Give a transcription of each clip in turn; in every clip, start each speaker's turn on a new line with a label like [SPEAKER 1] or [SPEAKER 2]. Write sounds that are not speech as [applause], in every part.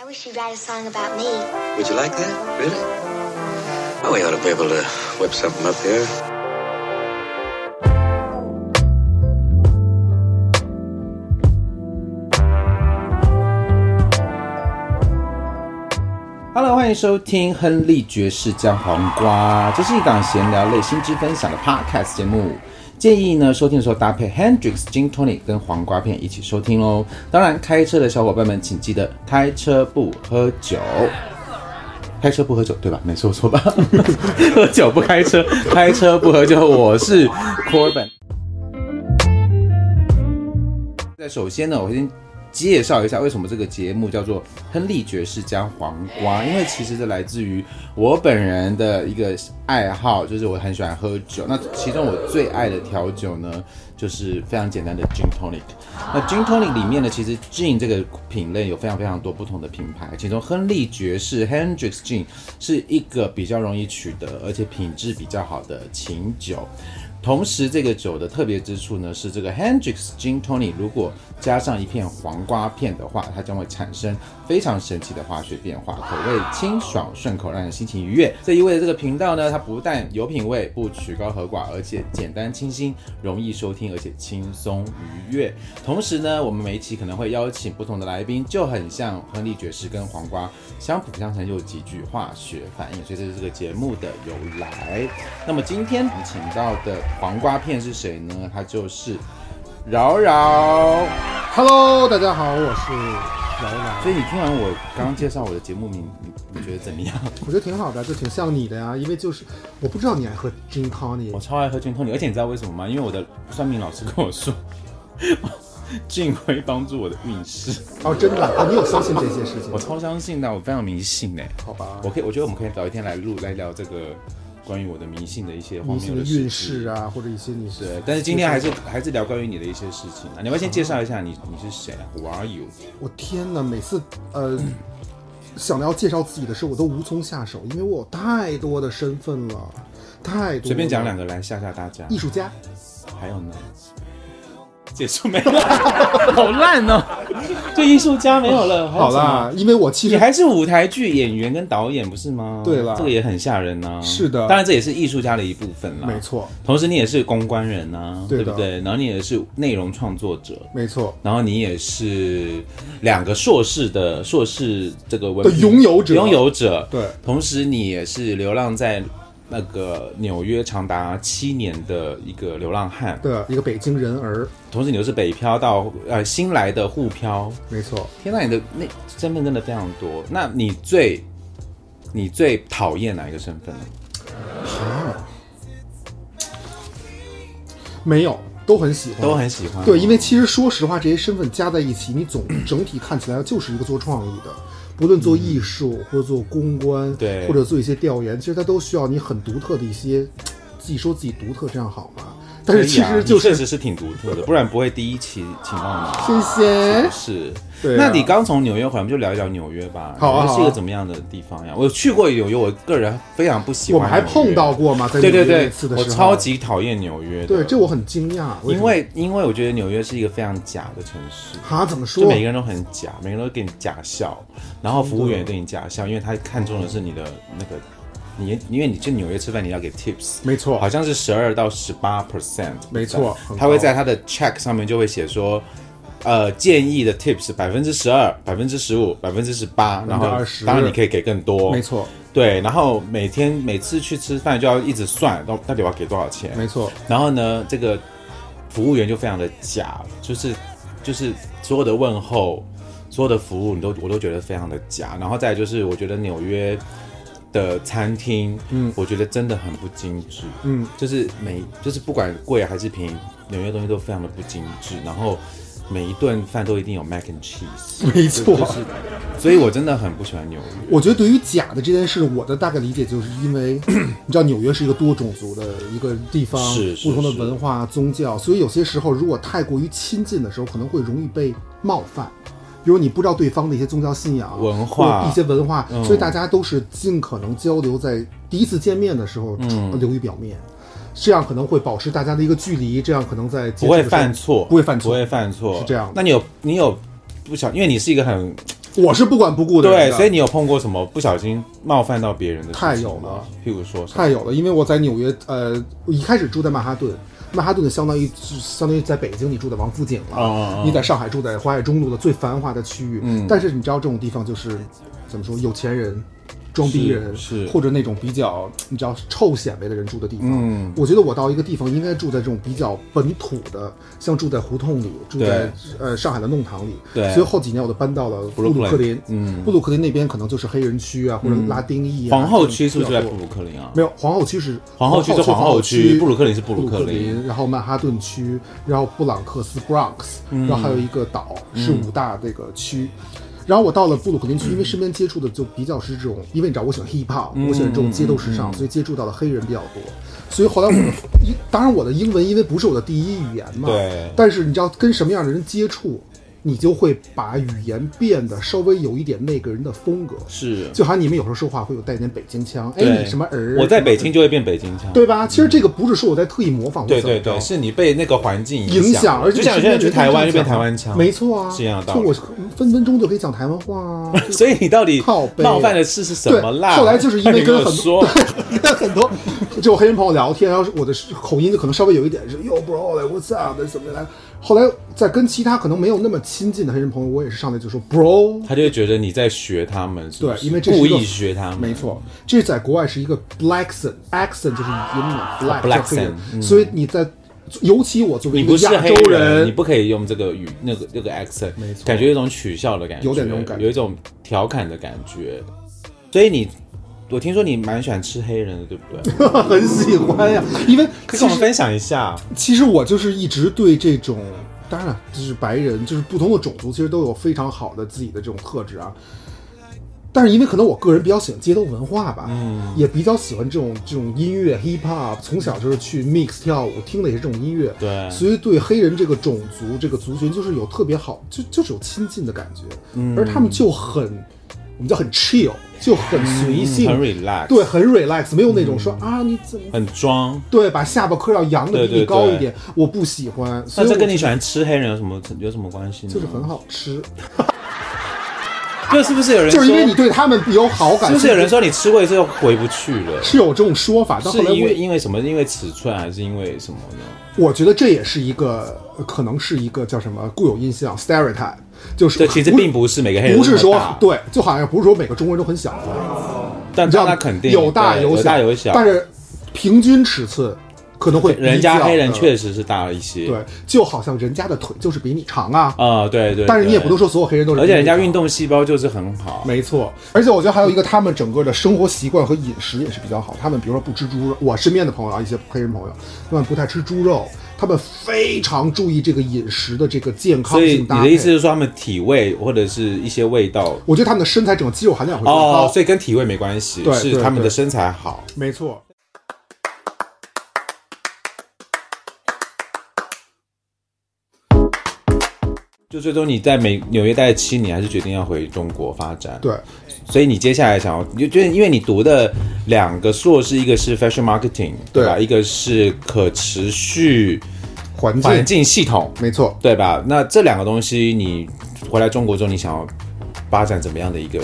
[SPEAKER 1] I wish you'd write a song about me.
[SPEAKER 2] Would you like that? Really? Well, we ought to be able to whip something up here.
[SPEAKER 3] Hello，欢迎收听《亨利爵士酱黄瓜》，这是一档闲聊类心知分享的 Podcast 节目。建议呢，收听的时候搭配 Hendrix Gin Tonic 跟黄瓜片一起收听喽。当然，开车的小伙伴们请记得开车不喝酒。开车不喝酒，对吧？没说错吧？ [laughs] 喝酒不开车，开车不喝酒。我是 Corbin。那首先呢，我先介绍一下为什么这个节目叫做《亨利爵士加黄瓜》，因为其实这来自于我本人的一个爱好，就是我很喜欢喝酒。那其中我最爱的调酒呢，就是非常简单的 gin tonic。那 gin tonic 里面呢，其实 gin 这个品类有非常非常多不同的品牌，其中亨利爵士 （Hendrix Gin） 是一个比较容易取得，而且品质比较好的琴酒。同时，这个酒的特别之处呢，是这个 Hendrix Gin Tonic 如果加上一片黄瓜片的话，它将会产生非常神奇的化学变化，口味清爽顺口，让人心情愉悦。这意味着这个频道呢，它不但有品味，不曲高和寡，而且简单清新，容易收听，而且轻松愉悦。同时呢，我们每一期可能会邀请不同的来宾，就很像亨利爵士跟黄瓜相辅相成，有几句化学反应，所以这是这个节目的由来。那么今天我们请到的黄瓜片是谁呢？他就是饶饶。
[SPEAKER 4] Hello，大家好，我是饶楠，
[SPEAKER 3] 所以你听完我刚刚介绍我的节目名，你你觉得怎么样？
[SPEAKER 4] 我觉得挺好的，就挺像你的呀，因为就是我不知道你爱喝 gin
[SPEAKER 3] 我
[SPEAKER 4] tonic，
[SPEAKER 3] 超爱喝 gin tonic，而且你知道为什么吗？因为我的算命老师跟我说 [laughs] ，gin 会帮助我的运势。
[SPEAKER 4] 哦，真的啊，你有相信这些事情
[SPEAKER 3] 我？超相信的，我非常迷信哎、
[SPEAKER 4] 好吧
[SPEAKER 3] 我，可以，我觉得我们可以找一天来录来聊这个关于我的迷信的一些荒
[SPEAKER 4] 迷
[SPEAKER 3] 谬
[SPEAKER 4] 信
[SPEAKER 3] 的
[SPEAKER 4] 的
[SPEAKER 3] 事
[SPEAKER 4] 运
[SPEAKER 3] 情
[SPEAKER 4] 势。啊，或者一些你
[SPEAKER 3] 对，但是今天还是还是聊关于你的一些事情啊。你要不要先介绍一下你你是谁啊？Who are you？
[SPEAKER 4] 我天哪，每次
[SPEAKER 3] [clears throat]
[SPEAKER 4] 呃想要介绍自己的时候，我都无从下手，因为我有太多的身份了，太多了。
[SPEAKER 3] 随便讲两
[SPEAKER 4] 哦
[SPEAKER 3] 个来吓吓大家。
[SPEAKER 4] 艺术家，
[SPEAKER 3] 还有呢？结束没
[SPEAKER 4] [laughs]
[SPEAKER 3] 了，好烂哦！对，艺术家没有了。还有
[SPEAKER 4] [laughs] 好
[SPEAKER 3] 什么
[SPEAKER 4] 啦，因为我其
[SPEAKER 3] 你
[SPEAKER 4] 实
[SPEAKER 3] 还是舞台剧演员跟导演不是吗？
[SPEAKER 4] 对啦
[SPEAKER 3] 这个也很吓人呐、
[SPEAKER 4] 是的
[SPEAKER 3] 当然这也是艺术家的一部分啦。
[SPEAKER 4] 没，错，
[SPEAKER 3] 同时你也是公关人呐、
[SPEAKER 4] 对的
[SPEAKER 3] 不对？然后你也是内容创作者，
[SPEAKER 4] 没错
[SPEAKER 3] 然后你也是两个硕士的硕士这个文
[SPEAKER 4] 的拥有者
[SPEAKER 3] 拥有者。
[SPEAKER 4] 对
[SPEAKER 3] 同时你也是流浪在那个纽约长达七年的一个流浪汉。
[SPEAKER 4] 的一个北京人儿，
[SPEAKER 3] 同时你又是北漂到呃新来的沪漂，
[SPEAKER 4] 没错。
[SPEAKER 3] 天呐，你的那身份真的非常多。那你最你最讨厌哪一个身份呢？
[SPEAKER 4] 没有，都很喜欢，
[SPEAKER 3] 都很喜欢
[SPEAKER 4] 呃对，因为其实说实话，这些身份加在一起，
[SPEAKER 3] [clears throat]
[SPEAKER 4] 你总整体看起来就是一个做创意的，不论做艺术或者做公关，
[SPEAKER 3] 嗯对
[SPEAKER 4] 或者做一些调研，其实它都需要你很独特的一些，自己说自己独特，这样好吗？但是
[SPEAKER 3] 可
[SPEAKER 4] 其
[SPEAKER 3] 以啊
[SPEAKER 4] 实就
[SPEAKER 3] 你确
[SPEAKER 4] 是
[SPEAKER 3] 实是挺独特的，不然不会第一期请到你。
[SPEAKER 4] 谢谢。
[SPEAKER 3] 是，
[SPEAKER 4] 对啊
[SPEAKER 3] 那你刚从纽约回来，我们就聊一聊纽约吧。
[SPEAKER 4] 好啊
[SPEAKER 3] 纽约是一
[SPEAKER 4] 好
[SPEAKER 3] 个
[SPEAKER 4] 啊
[SPEAKER 3] 怎么样的地方呀？我去过纽约，我个人非常不喜欢。
[SPEAKER 4] 我们还碰到。过嘛，在
[SPEAKER 3] 对对
[SPEAKER 4] 纽约
[SPEAKER 3] 对
[SPEAKER 4] 那次，的
[SPEAKER 3] 我
[SPEAKER 4] 时候，
[SPEAKER 3] 超级讨厌纽约的。
[SPEAKER 4] 对，这我很惊讶，什么
[SPEAKER 3] 因为因为我觉得纽约是一个非常假的城市。
[SPEAKER 4] 哈怎么
[SPEAKER 3] 就
[SPEAKER 4] 说？
[SPEAKER 3] 每个人都很假，每个人都给你假笑，然后服务员也对你假笑，因为他看中的是你的那个，你因为你去纽约吃饭，你要给 tips，
[SPEAKER 4] 没错
[SPEAKER 3] 好像是十二到十八 percent，
[SPEAKER 4] 没错很
[SPEAKER 3] 他
[SPEAKER 4] 高
[SPEAKER 3] 会在他的 check 上面就会写说。呃，建议的 tips 百分之十二、百分之十五、百分之十八，然后
[SPEAKER 4] 20%
[SPEAKER 3] 当然你可以给更多，
[SPEAKER 4] 没，错，
[SPEAKER 3] 对，然后每天每次去吃饭就要一直算到到底我要给多少钱，
[SPEAKER 4] 没错，
[SPEAKER 3] 然后呢，这个服务员就非常的假，就是就是所有的问候、所有的服务，你都我都觉得非常的假。然后再来就是，我觉得纽约的餐厅，嗯，我觉得真的很不精致，
[SPEAKER 4] 嗯，
[SPEAKER 3] 就是每就是不管贵还是便宜，纽约东西都非常的不精致。然后每一顿饭都一定有 mac and cheese，
[SPEAKER 4] 没错。
[SPEAKER 3] 所以我真的很不喜欢纽约。
[SPEAKER 4] 我觉得对于假的这件事，我的大概理解就是因为， [clears throat] 你知道纽约是一个多种族的一个地方，
[SPEAKER 3] 是是
[SPEAKER 4] 不同的文化、宗教，所以有些时候如果太过于亲近的时候，可能会容易被冒犯。比如你不知道对方的一些宗教信仰、
[SPEAKER 3] 文化
[SPEAKER 4] 或者一些文化，
[SPEAKER 3] 嗯
[SPEAKER 4] 所以大家都是尽可能交流在第一次见面的时候、
[SPEAKER 3] 嗯
[SPEAKER 4] 流于表面，这样可能会保持大家的一个距离，这样可能在接
[SPEAKER 3] 不会
[SPEAKER 4] 触的时候
[SPEAKER 3] 犯错，
[SPEAKER 4] 不会犯错，
[SPEAKER 3] 不会犯错，
[SPEAKER 4] 是这样的
[SPEAKER 3] 那你有你有不小，因为你是一个很
[SPEAKER 4] 我是不管不顾的人
[SPEAKER 3] 对，
[SPEAKER 4] 的
[SPEAKER 3] 所以你有碰过什么不小心冒犯到别人的事情吗
[SPEAKER 4] 太有了，
[SPEAKER 3] 譬如说什么
[SPEAKER 4] 太有了，因为我在纽约，呃，我一开始住在曼哈顿，曼哈顿就相当于相当于在北京你住在王府井了，
[SPEAKER 3] 哦哦哦
[SPEAKER 4] 你在上海住在淮海中路的最繁华的区域，
[SPEAKER 3] 嗯
[SPEAKER 4] 但是你知道这种地方就是怎么说，有钱人。装逼人
[SPEAKER 3] 是是
[SPEAKER 4] 或者那种比较你知道臭显摆的人住的地方，
[SPEAKER 3] 嗯
[SPEAKER 4] 我觉得我到一个地方应该住在这种比较本土的，像住在胡同里，住在呃上海的弄堂里。
[SPEAKER 3] 对
[SPEAKER 4] 所以后几年我就搬到了布鲁克林
[SPEAKER 3] Brooklyn，，嗯
[SPEAKER 4] 布鲁克林那边可能就是黑人区啊，或者拉丁裔啊。
[SPEAKER 3] 皇后区是不是就在
[SPEAKER 4] 比较
[SPEAKER 3] 布
[SPEAKER 4] 多
[SPEAKER 3] 鲁克林啊？
[SPEAKER 4] 没有，皇后区是
[SPEAKER 3] 皇后区是
[SPEAKER 4] 皇
[SPEAKER 3] 皇后区
[SPEAKER 4] 区，
[SPEAKER 3] 布鲁克林是布鲁
[SPEAKER 4] 鲁
[SPEAKER 3] 克
[SPEAKER 4] 克
[SPEAKER 3] 林，
[SPEAKER 4] 然后曼哈顿区，然后布朗克斯 （Bronx），、然
[SPEAKER 3] 嗯
[SPEAKER 4] 后还有一个岛是五大这个区。然后我到了布鲁克林区，因为身边接触的就比较是这种，因为你知道我喜欢 hip hop，、我
[SPEAKER 3] 嗯
[SPEAKER 4] 喜欢这种街头时尚，所以接触到的黑人比较多。所以后来我的，一当然我的英文因为不是我的第一语言嘛，
[SPEAKER 3] 对
[SPEAKER 4] 但是你知道跟什么样的人接触，你就会把语言变得稍微有一点那个人的风格。
[SPEAKER 3] 是，
[SPEAKER 4] 就好像你们有时候说话会有带点北京腔，哎，
[SPEAKER 3] 对
[SPEAKER 4] 你什么儿？
[SPEAKER 3] 我在北京就会变北京腔，
[SPEAKER 4] 对吧？其实这个不是说我在特意模仿，
[SPEAKER 3] 对对对，，是你被那个环境
[SPEAKER 4] 影
[SPEAKER 3] 响
[SPEAKER 4] 响，
[SPEAKER 3] 了，
[SPEAKER 4] 而且
[SPEAKER 3] 就像有些人去台湾就变
[SPEAKER 4] 变
[SPEAKER 3] 台湾腔，
[SPEAKER 4] 没错啊，
[SPEAKER 3] 是一样的道
[SPEAKER 4] 就
[SPEAKER 3] 理
[SPEAKER 4] 我。分分钟就可以讲台湾话啊。
[SPEAKER 3] 所以你到底
[SPEAKER 4] 靠背
[SPEAKER 3] 冒犯的事是 [laughs] 什
[SPEAKER 4] 对
[SPEAKER 3] 么啦？
[SPEAKER 4] 后来就是因为跟很
[SPEAKER 3] 多
[SPEAKER 4] 多 [laughs] 跟很多就我黑人朋友聊天，然后我的口音就可能稍微有一点是 Yo bro like what's up 怎么来？后来在跟其他可能没有那么亲近的黑人朋友，我也是上来就说 bro，
[SPEAKER 3] 他就会觉得你在学他们，是不
[SPEAKER 4] 对，
[SPEAKER 3] 是
[SPEAKER 4] 因为这是
[SPEAKER 3] 故
[SPEAKER 4] 一个
[SPEAKER 3] 意学他们，
[SPEAKER 4] 没错，这在国外是一个 black accent accent 就是英文 black 叫
[SPEAKER 3] black
[SPEAKER 4] 黑人
[SPEAKER 3] accent，，
[SPEAKER 4] 所以你在，尤其我作
[SPEAKER 3] 嗯
[SPEAKER 4] 为
[SPEAKER 3] 你
[SPEAKER 4] 一
[SPEAKER 3] 不
[SPEAKER 4] 个
[SPEAKER 3] 是
[SPEAKER 4] 亚
[SPEAKER 3] 黑
[SPEAKER 4] 洲
[SPEAKER 3] 你不可以用这个语那个那个 accent，
[SPEAKER 4] 没错
[SPEAKER 3] 感觉有一种取笑的感觉，
[SPEAKER 4] 有点那种感觉
[SPEAKER 3] 有一种调侃的感觉。所以你，我听说你蛮喜欢吃黑人的，对不对？
[SPEAKER 4] [laughs] 很喜欢呀，因为
[SPEAKER 3] 可以跟
[SPEAKER 4] 其
[SPEAKER 3] 我们
[SPEAKER 4] 实
[SPEAKER 3] 分享一下，嗯
[SPEAKER 4] 其实我就是一直对这种，当然了，就是白人，就是不同的种族，其实都有非常好的自己的这种特质啊。但是因为可能我个人比较喜欢街头文化吧，嗯，也比较喜欢这种这种音乐 hip hop，从小就是去 mix 跳舞，听的也是这种音乐，
[SPEAKER 3] 对
[SPEAKER 4] 所以对黑人这个种族这个族群就是有特别好，就就是有亲近的感觉，嗯，而他们就很，我们叫很 chill，就很随性，
[SPEAKER 3] 嗯很 relax，嗯
[SPEAKER 4] 对，，很 relax，没有那种说、啊你怎么
[SPEAKER 3] 很装。
[SPEAKER 4] 对，把下巴颏要扬的
[SPEAKER 3] 对
[SPEAKER 4] 比
[SPEAKER 3] 对
[SPEAKER 4] 你高
[SPEAKER 3] 对
[SPEAKER 4] 一点，我不喜欢。
[SPEAKER 3] 那
[SPEAKER 4] 所以
[SPEAKER 3] 这
[SPEAKER 4] 我
[SPEAKER 3] 跟你喜欢吃黑人有什么有什么关系呢？
[SPEAKER 4] 就是很，好吃，
[SPEAKER 3] 就是不是有人
[SPEAKER 4] 就
[SPEAKER 3] 说，
[SPEAKER 4] 是因为你对他们有好感，
[SPEAKER 3] 是不是
[SPEAKER 4] 所以
[SPEAKER 3] 有人说你吃过一次就回不去了？
[SPEAKER 4] 是有这种说法？但后
[SPEAKER 3] 是
[SPEAKER 4] 来
[SPEAKER 3] 因为
[SPEAKER 4] 我
[SPEAKER 3] 因为什么？因为尺寸还是因为什么呢？
[SPEAKER 4] 我觉得这也是一个呃可能是一个叫什么固有印象 stereotype，就是
[SPEAKER 3] 这其实
[SPEAKER 4] 不
[SPEAKER 3] 并不是每个黑人
[SPEAKER 4] 不
[SPEAKER 3] 都
[SPEAKER 4] 是
[SPEAKER 3] 那么
[SPEAKER 4] 说
[SPEAKER 3] 大，
[SPEAKER 4] 对，就好像不是说每个中国人都很小，
[SPEAKER 3] 但
[SPEAKER 4] 你知道
[SPEAKER 3] 但
[SPEAKER 4] 吗
[SPEAKER 3] 他肯定
[SPEAKER 4] 有大
[SPEAKER 3] 对
[SPEAKER 4] 有
[SPEAKER 3] 有大有小，
[SPEAKER 4] 但是平均尺寸可能会比
[SPEAKER 3] 人家
[SPEAKER 4] 较
[SPEAKER 3] 黑人
[SPEAKER 4] 的
[SPEAKER 3] 确实是大了一些。
[SPEAKER 4] 对，就好像人家的腿就是比你长啊，
[SPEAKER 3] 啊、对对。
[SPEAKER 4] 但是你也不能
[SPEAKER 3] 能，
[SPEAKER 4] 说所有黑人都是，
[SPEAKER 3] 而且人家运。动细胞就是很好。
[SPEAKER 4] 没错，而且我觉得还有一个，他们整个的生活习惯和饮食也是比较好。他们比如说不吃猪肉，我身边的朋友啊，一些黑人朋友，他们不太吃猪肉，他们非常注意这个饮食的这个健康
[SPEAKER 3] 所以
[SPEAKER 4] 性
[SPEAKER 3] 你
[SPEAKER 4] 搭配。
[SPEAKER 3] 的意思是说，他们体味或者是一些味道
[SPEAKER 4] 我觉得他们的身材整个肌肉含量会更高。
[SPEAKER 3] 哦，所以跟体味没关系，
[SPEAKER 4] 对
[SPEAKER 3] 是
[SPEAKER 4] 对
[SPEAKER 3] 他们的
[SPEAKER 4] 对
[SPEAKER 3] 身材好。
[SPEAKER 4] 没错，
[SPEAKER 3] 就最终你在美纽约待了七年，还是决定要回中国发展。，
[SPEAKER 4] 对
[SPEAKER 3] 所以你接下来想要，就就因为你读的两个硕士，一个是 fashion marketing，
[SPEAKER 4] 对
[SPEAKER 3] 吧？一个是可持续
[SPEAKER 4] 环境，
[SPEAKER 3] 环境系统，
[SPEAKER 4] 没错。
[SPEAKER 3] 对吧？那这两个东西，你回来中国之后，你想要发展怎么样的一个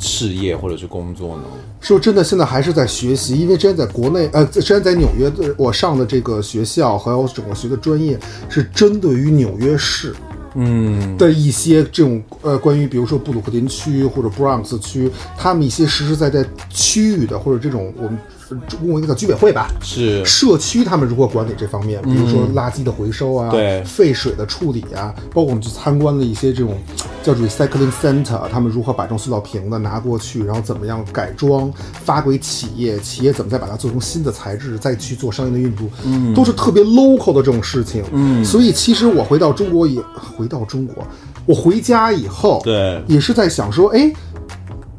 [SPEAKER 3] 事业或者是工作呢？
[SPEAKER 4] 说真的，现在还是在学习，因为之前在国内，呃，之前在纽约，呃我上的这个学校，还有整个学的专业是针对于纽约市，嗯，的一些这种呃，关于比如说布鲁克林区或者 Bronx 区，他们一些实实在在区域的或者这种我们呃中国应该叫居委会吧，
[SPEAKER 3] 是嗯
[SPEAKER 4] 社区他们如何管理这方面，比如说垃圾的回收啊，
[SPEAKER 3] 对
[SPEAKER 4] 废水的处理啊，包括我们去参观了一些这种叫 recycling center，他们如何把这种塑料瓶子拿过去，然后怎么样改装发给企业，企业怎么再把它做成新的材质，再去做商业的运输，嗯，都是特别 local 的这种事情，嗯，所以其实我回到中国以回到中国，我回家以后，
[SPEAKER 3] 对
[SPEAKER 4] 也是在想说，哎。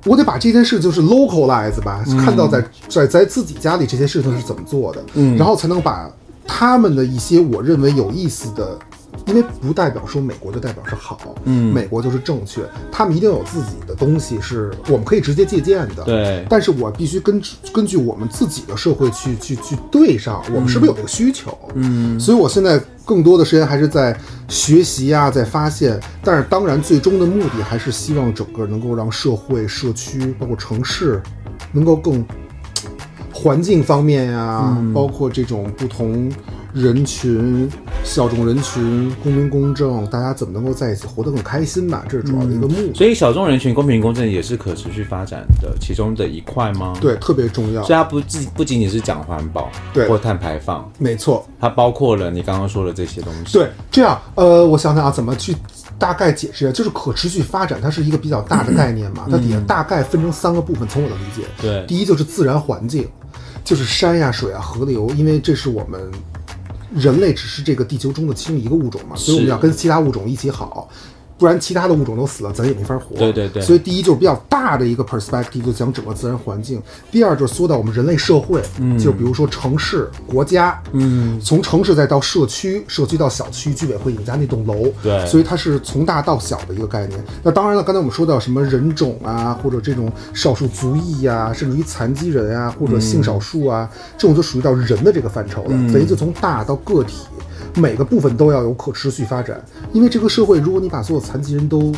[SPEAKER 4] 我得把这件事就是 localize 吧，看到在在在自己家里这些事情是怎么做的，嗯，然后才能把他们的一些我认为有意思的，因为不代表说美国就代表是好，嗯，美国就是正确，他们一定有自己的东西是我们可以直接借鉴的，
[SPEAKER 3] 对
[SPEAKER 4] 但是我必须根据根据我们自己的社会去去去对上，我们是不是有这个需求？嗯，所以我现在更多的时间还是在学习啊，在发现。但是当然，最终的目的还是希望整个能够让社会、社区，包括城市，能够更呃环境方面呀、包括这种不同人群、小众人群、公平公正，大家怎么能够在一起活得更开心吧？这是主要的一个目的。
[SPEAKER 3] 所以小众人群公平公正也是可持续发展的其中的一块吗？，
[SPEAKER 4] 对，特别重要
[SPEAKER 3] 所以。它不仅不仅仅是讲环保，
[SPEAKER 4] 对
[SPEAKER 3] 或碳排放，
[SPEAKER 4] 没错，
[SPEAKER 3] 它包括了你刚刚说的这些东西。
[SPEAKER 4] 对，这样，呃，我想想啊，怎么去大概解释一下？就是可持续发展，它是一个比较大的概念嘛，它底下大概分成三个部分，从我的理解，
[SPEAKER 3] 嗯对
[SPEAKER 4] 第一就是自然环境，就是山呀、水啊、河流，因为这是我们人类只是这个地球中的其中一个物种嘛，所以我们
[SPEAKER 3] 是
[SPEAKER 4] 要跟其他物种一起好。不然，其他的物种都死了，咱也没法活。
[SPEAKER 3] 对对对
[SPEAKER 4] 所以第一就是比较大的一个 perspective，就讲整个自然环境；第二就是缩到我们人类社会，嗯，就比如说城市、国家，嗯，从城市再到社区，社区到小区、居委会、你家那栋楼，
[SPEAKER 3] 对
[SPEAKER 4] 所以它是从大到小的一个概念。那当然了，刚才我们说到什么人种啊，或者这种少数族裔呀、甚至于残疾人啊，或者性少数啊，这种就属于到人的这个范畴了，
[SPEAKER 3] 嗯
[SPEAKER 4] 等于就从大到个体。每个部分都要有可持续发展，因为这个社会，如果你把所有残疾人都，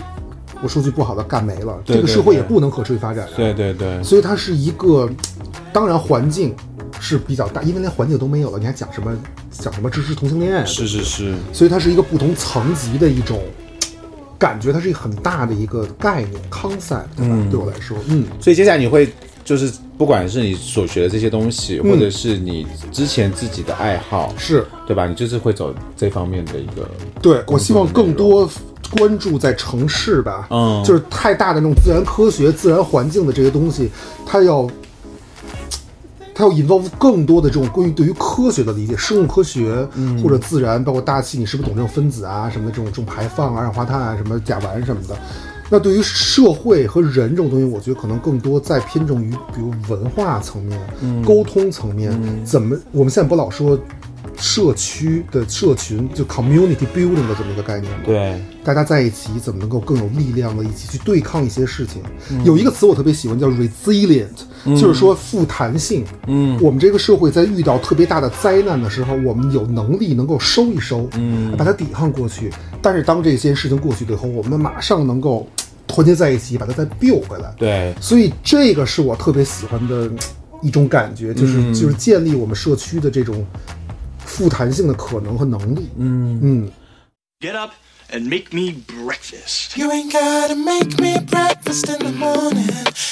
[SPEAKER 4] 我说句不好的，干没了，
[SPEAKER 3] 对
[SPEAKER 4] 这个
[SPEAKER 3] 对
[SPEAKER 4] 社会也
[SPEAKER 3] 对
[SPEAKER 4] 不能可持续发展啊。
[SPEAKER 3] 对对对，
[SPEAKER 4] 所以它是一个，当然环境是比较大，因为连环境都没有了，你还讲什么讲什么支持同性恋啊？
[SPEAKER 3] 是是是，
[SPEAKER 4] 所以它是一个不同层级的一种感觉，它是一个很大的一个概念 concept，对吧？对我来说，嗯，
[SPEAKER 3] 所以接下来你会就是不管是你所学的这些东西，或者是你之前自己的爱好，
[SPEAKER 4] 是
[SPEAKER 3] 对吧？你嗯就是会走这方面的一个，
[SPEAKER 4] 对我希望更多关注在城市吧，
[SPEAKER 3] 嗯
[SPEAKER 4] 就是太大的那种自然科学、自然环境的这些东西，它要。它要 involve 更多的这种关于对于科学的理解，生物科学、或者自然，包括大气，你是不是懂这种分子啊什么的这种这种排放啊、二氧化碳啊什么甲烷什么的。那对于社会和人这种东西，我觉得可能更多再偏重于比如文化层面、沟通层面，怎么我们现在不老说社区的社群就 community building 的这么一个概念吗？
[SPEAKER 3] 对，
[SPEAKER 4] 大家在一起怎么能够更有力量的一起去对抗一些事情？
[SPEAKER 3] 嗯
[SPEAKER 4] 有一个词我特别喜欢叫 resilient，、就是说富弹性。嗯，我们这个社会在遇到特别大的灾难的时候，我们有能力能够收一收，嗯，把它抵抗过去。但是当这件事情过去了以后，我们马上能够团结在一起，把它再 build 回来。
[SPEAKER 3] 对，
[SPEAKER 4] 所以这个是我特别喜欢的一种感觉，就是、
[SPEAKER 3] 嗯
[SPEAKER 4] 就是建立我们社区的这种富弹性的可能和能力。嗯嗯。
[SPEAKER 1] Get up and make me breakfast.
[SPEAKER 5] You ain't gotta make me breakfast in the morning,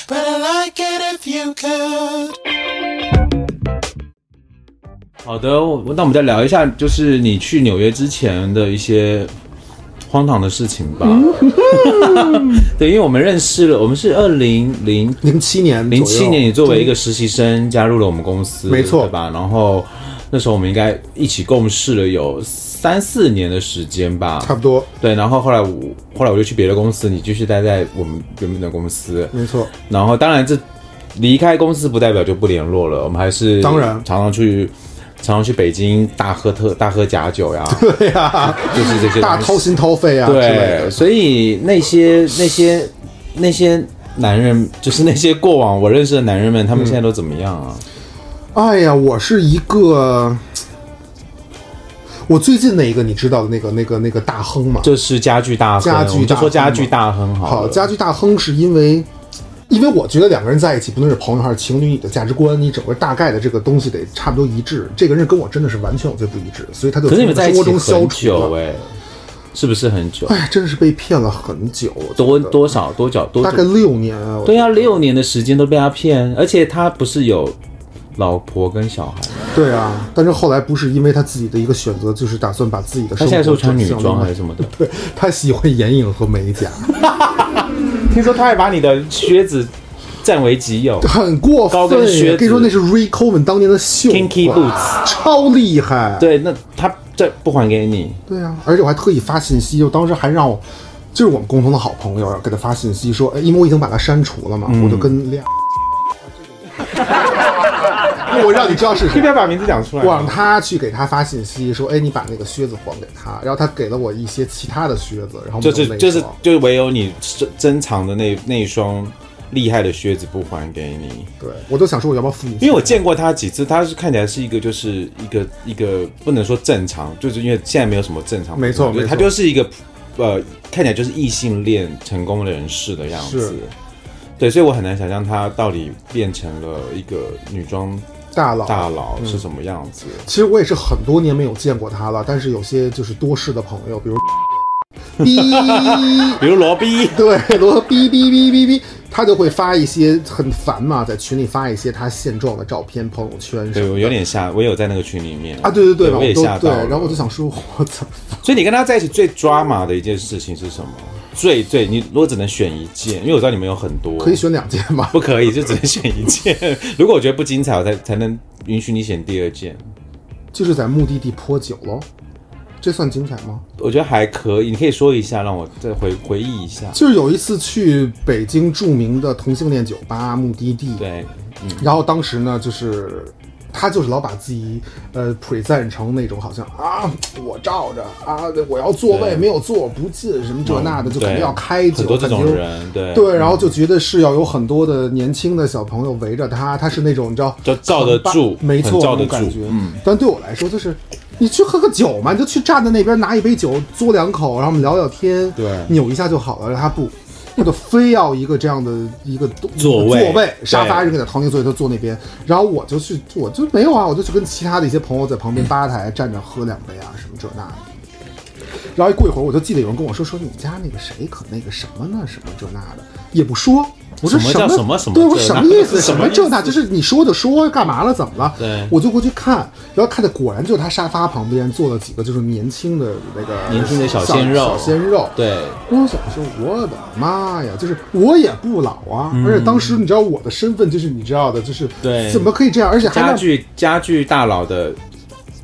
[SPEAKER 5] but I like it if you could.
[SPEAKER 3] 好的，我那我们再聊一下，就是你去纽约之前的一些荒唐的事情吧。 [laughs] 对，因为我们认识了，我们是二零零
[SPEAKER 4] 零七年嗯左右，
[SPEAKER 3] 零七年，你作为一个实习生加入了我们公司，
[SPEAKER 4] 没错
[SPEAKER 3] 对吧？然后那时候我们应该一起共事了有三四年的时间吧，
[SPEAKER 4] 差不多，
[SPEAKER 3] 对，然后后来我后来我就去别的公司，你继续待在我们原本的公司。
[SPEAKER 4] 没错，
[SPEAKER 3] 然后当然这离开公司不代表就不联络了，我们还是
[SPEAKER 4] 当然
[SPEAKER 3] 常常去常常去北京大喝特大喝假酒呀，对呀、就是这些
[SPEAKER 4] 啊大
[SPEAKER 3] 东西
[SPEAKER 4] 掏心掏肺啊之类
[SPEAKER 3] 对，
[SPEAKER 4] 的。
[SPEAKER 3] 所以那些那些那些男人，就是那些过往我认识的男人们，
[SPEAKER 4] 嗯
[SPEAKER 3] 他们现在都怎么样啊？
[SPEAKER 4] 哎呀，我是一个，我最近那一个你知道的那个那个那个大亨嘛，
[SPEAKER 3] 就是家具大亨，
[SPEAKER 4] 家具大亨
[SPEAKER 3] 我们就说家具大亨好了。
[SPEAKER 4] 好，家居大亨是因为，因为我觉得两个人在一起，不论是朋友还是情侣，你的价值观，你整个大概的这个东西得差不多一致。这个人跟我真的是完全有些不一致，所以他就
[SPEAKER 3] 可是你
[SPEAKER 4] 从
[SPEAKER 3] 们在
[SPEAKER 4] 生
[SPEAKER 3] 一
[SPEAKER 4] 活
[SPEAKER 3] 起
[SPEAKER 4] 中消
[SPEAKER 3] 很
[SPEAKER 4] 除
[SPEAKER 3] 久
[SPEAKER 4] 了。
[SPEAKER 3] 哎、是不是很久？
[SPEAKER 4] 哎，真是被骗了很久，我觉
[SPEAKER 3] 多
[SPEAKER 4] 得
[SPEAKER 3] 多少多久多
[SPEAKER 4] 大概六年啊。我
[SPEAKER 3] 对啊，六年的时间都被他骗，而且他不是有老婆跟小孩吗？
[SPEAKER 4] 对啊，但是后来不是因为他自己的一个选择，就是打算把自己的
[SPEAKER 3] 他
[SPEAKER 4] 生活
[SPEAKER 3] 现在是不是穿女
[SPEAKER 4] 转向
[SPEAKER 3] 装
[SPEAKER 4] 另
[SPEAKER 3] 还
[SPEAKER 4] 外
[SPEAKER 3] 是什么的？
[SPEAKER 4] 对， [laughs] 他喜欢眼影和美甲，
[SPEAKER 3] [laughs] 听说他还把你的靴子占为己有
[SPEAKER 4] [laughs] 很过
[SPEAKER 3] 高
[SPEAKER 4] 分呀。
[SPEAKER 3] 跟靴子
[SPEAKER 4] 跟你说那是 Ray Coleman 当年的秀
[SPEAKER 3] ，Kinky
[SPEAKER 4] 款
[SPEAKER 3] boots。
[SPEAKER 4] 超厉害。
[SPEAKER 3] [laughs] 对，那他这不还给你？
[SPEAKER 4] 对啊，而且我还特意发信息，我当时还让我，就是我们共同的好朋友，给他发信息说，哎，因为我已经把他删除了嘛，我就跟亮， [laughs] 我让你知道是 [laughs] 谁
[SPEAKER 3] 要。把名字讲出
[SPEAKER 4] 我让他去给他发信息说，哎，你把那个靴子还给他，然后他给了我一些其他的靴子，然后我们
[SPEAKER 3] 就是
[SPEAKER 4] 那一
[SPEAKER 3] 就是
[SPEAKER 4] 双
[SPEAKER 3] 就是唯有你珍珍藏的那那一双厉害的靴子不还给你。
[SPEAKER 4] 对我都想说我要不要付你钱？
[SPEAKER 3] 因为我见过他几次，他是看起来是一个就是一个一个不能说正常，就是因为现在没有什么正常，
[SPEAKER 4] 没错
[SPEAKER 3] 就是他
[SPEAKER 4] 没错
[SPEAKER 3] 就是一个呃看起来就是异性恋成功人士的样子
[SPEAKER 4] 是。
[SPEAKER 3] 对，所以我很难想象他到底变成了一个女装
[SPEAKER 4] 大佬嗯
[SPEAKER 3] 大佬是什么样子。
[SPEAKER 4] 其实我也是很多年没有见过他了，但是有些就是多事的朋友，比如哔，
[SPEAKER 3] 比如罗宾，
[SPEAKER 4] 对，罗哔哔哔哔哔，他就会发一些很烦嘛，在群里发一些他现状的照片、朋友圈什
[SPEAKER 3] 对
[SPEAKER 4] 么
[SPEAKER 3] 我有点吓，我有在那个群里面
[SPEAKER 4] 啊，对对对，
[SPEAKER 3] 我也
[SPEAKER 4] 都
[SPEAKER 3] 吓
[SPEAKER 4] 对
[SPEAKER 3] 到，了。
[SPEAKER 4] 然后我就想说， [laughs] 我怎么
[SPEAKER 3] 所以你跟他在一起最抓马的一件事情是什么？最最你如果只能选一件，因为我知道你们有很多，
[SPEAKER 4] 可以选两件
[SPEAKER 3] [laughs]
[SPEAKER 4] 吗？
[SPEAKER 3] 不可以就只能选一件？如果我觉得不精彩，我才才能允许你选第二件。
[SPEAKER 4] 就是在目的地泼酒喽，这算精彩吗？
[SPEAKER 3] 我觉得还可以，你可以说一下，让我再回回忆一下。
[SPEAKER 4] 就是有一次去北京著名的同性恋酒吧目的地，
[SPEAKER 3] 对，
[SPEAKER 4] 然后当时呢，就是他就是老把自己呃 present 成那种好像啊，我罩着啊，我要座位
[SPEAKER 3] 对
[SPEAKER 4] 没有坐不进什么这那的，就肯定
[SPEAKER 3] 对
[SPEAKER 4] 要开酒，
[SPEAKER 3] 很多这种
[SPEAKER 4] 感觉
[SPEAKER 3] 人，对嗯
[SPEAKER 4] 对，然后就觉得是要有很多的年轻的小朋友围着他，他是那种你知道，
[SPEAKER 3] 就罩得住
[SPEAKER 4] 很没
[SPEAKER 3] 很
[SPEAKER 4] 错，
[SPEAKER 3] 罩得
[SPEAKER 4] 那种感
[SPEAKER 3] 住嗯
[SPEAKER 4] 觉。但对我来说，就是你去喝个酒嘛，你就去站在那边拿一杯酒嘬两口，然后我们聊聊天，
[SPEAKER 3] 对
[SPEAKER 4] 扭一下就好了。然后他不，他就非要一个这样的一个东
[SPEAKER 3] 座位
[SPEAKER 4] 座位沙发
[SPEAKER 3] 对
[SPEAKER 4] 扔给他腾一座位，他坐那边。然后我就去，我就没有啊，我就去跟其他的一些朋友在旁边吧台站着喝两杯啊，什么这那的。然后一过一会儿，我就记得有人跟我说说你家那个谁可那个什么呢，什么这那的，也不说。我说
[SPEAKER 3] 什么
[SPEAKER 4] 什
[SPEAKER 3] 叫
[SPEAKER 4] 么
[SPEAKER 3] 什么什么
[SPEAKER 4] 对我
[SPEAKER 3] 这
[SPEAKER 4] 什
[SPEAKER 3] 那
[SPEAKER 4] 么意
[SPEAKER 3] [laughs]
[SPEAKER 4] 思？
[SPEAKER 3] 什
[SPEAKER 4] 什
[SPEAKER 3] 么
[SPEAKER 4] 么
[SPEAKER 3] 意思
[SPEAKER 4] 这那？就是你说就说，干嘛了？怎么了？
[SPEAKER 3] 对
[SPEAKER 4] 我就过去看，然后看的果然就是他沙发旁边坐了几个就是年轻的那个
[SPEAKER 3] 年轻的小鲜肉
[SPEAKER 4] 小鲜肉。
[SPEAKER 3] 对，
[SPEAKER 4] 我想说，我的妈呀！就是我也不老啊，而且当时你知道我的身份就是你知道的，就是
[SPEAKER 3] 嗯对
[SPEAKER 4] 怎么可以这样？而且还
[SPEAKER 3] 家
[SPEAKER 4] 让
[SPEAKER 3] 具家具大佬的，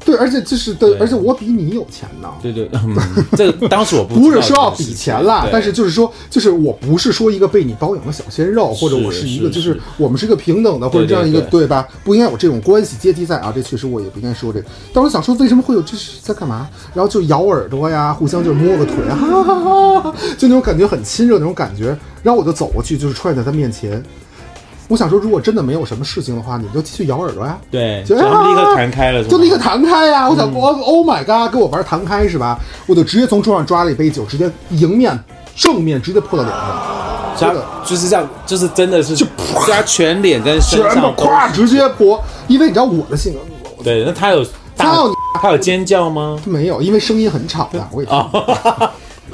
[SPEAKER 4] 对，而且就是对
[SPEAKER 3] 对，
[SPEAKER 4] 而且我比你有钱呢。
[SPEAKER 3] 对对，
[SPEAKER 4] [laughs]
[SPEAKER 3] 嗯，这个当时我不
[SPEAKER 4] 不
[SPEAKER 3] 知
[SPEAKER 4] 是
[SPEAKER 3] 道
[SPEAKER 4] 说要
[SPEAKER 3] 这件
[SPEAKER 4] 比
[SPEAKER 3] 事
[SPEAKER 4] 钱啦
[SPEAKER 3] 对，
[SPEAKER 4] 但是就是说，就是我不是说一个被你包养的小鲜肉，或者
[SPEAKER 3] 是
[SPEAKER 4] 我是一个
[SPEAKER 3] 是
[SPEAKER 4] 就是
[SPEAKER 3] 是
[SPEAKER 4] 我们是一个平等的，或者
[SPEAKER 3] 对对
[SPEAKER 4] 这样一个
[SPEAKER 3] 对
[SPEAKER 4] 对吧？不应该有这种关系阶级在啊，这确实我也不应该说这个。但我想说，为什么会有这是在干嘛？然后就咬耳朵呀，互相就是摸个腿啊，哈哈哈哈，就那种感觉很亲热那种感觉。然后我就走过去，就是踹在他面前。我想说，如果真的没有什么事情的话，你们就继续咬耳朵呀。
[SPEAKER 3] 对，
[SPEAKER 4] 就啊
[SPEAKER 3] 然后立刻弹开了，是吗嗯
[SPEAKER 4] 就立刻弹开呀、我想，我、Oh my god，跟我玩弹开是吧？我就直接从桌上抓了一杯酒，直接迎面正面直接泼到脸上，
[SPEAKER 3] 他
[SPEAKER 4] 这个
[SPEAKER 3] 就是这样，就是真的是加全脸跟身
[SPEAKER 4] 全
[SPEAKER 3] 上
[SPEAKER 4] 部
[SPEAKER 3] 都是
[SPEAKER 4] 咵直接泼。因为你知道我的性格，我
[SPEAKER 3] 对，那他有大
[SPEAKER 4] 操你，
[SPEAKER 3] 他有尖叫吗？
[SPEAKER 4] 没有，因为声音很吵的，我也听不
[SPEAKER 3] 哦
[SPEAKER 4] 到。 [laughs]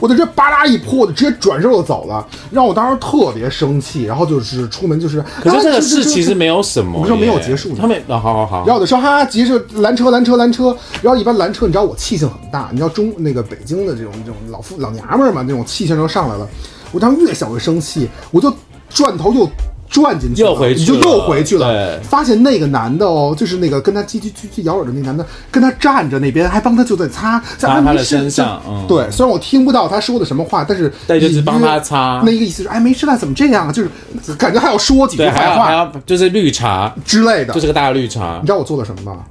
[SPEAKER 4] 我就直接吧嗒一泼，我就直接转身就走了，让我当时特别生气，然后就是出门就是，
[SPEAKER 3] 可是这
[SPEAKER 4] 啊
[SPEAKER 3] 个事其实没有什么耶，
[SPEAKER 4] 我说没有结束呢
[SPEAKER 3] 他们哦，好好好，
[SPEAKER 4] 然后我就说哈，急着拦车，拦车，拦车。然后一般拦车，你知道我气性很大，你知道中那个北京的这种这种老妇老娘们儿嘛，那种气性就上来了。我当时越想越生气，我就转头又转进去了，
[SPEAKER 3] 又回去
[SPEAKER 4] 你就又
[SPEAKER 3] 了
[SPEAKER 4] 回去了
[SPEAKER 3] 对。
[SPEAKER 4] 发现那个男的哦，就是那个跟他叽叽叽叽咬耳的那男的，跟他站着那边，还帮他就在擦，在
[SPEAKER 3] 擦
[SPEAKER 4] 啊
[SPEAKER 3] 他
[SPEAKER 4] 没
[SPEAKER 3] 的
[SPEAKER 4] 事
[SPEAKER 3] 身上
[SPEAKER 4] 就
[SPEAKER 3] 嗯
[SPEAKER 4] 对，虽然我听不到他说的什么话，但是
[SPEAKER 3] 但就是
[SPEAKER 4] 隐约
[SPEAKER 3] 帮他擦
[SPEAKER 4] 那一个意思是哎没事啦，怎么这样？就是感觉还要说几句
[SPEAKER 3] 对，还要
[SPEAKER 4] 坏
[SPEAKER 3] 还
[SPEAKER 4] 话
[SPEAKER 3] 要就是绿茶，
[SPEAKER 4] 之类的，
[SPEAKER 3] 就是个大绿茶
[SPEAKER 4] 你，知道我做了什么吗？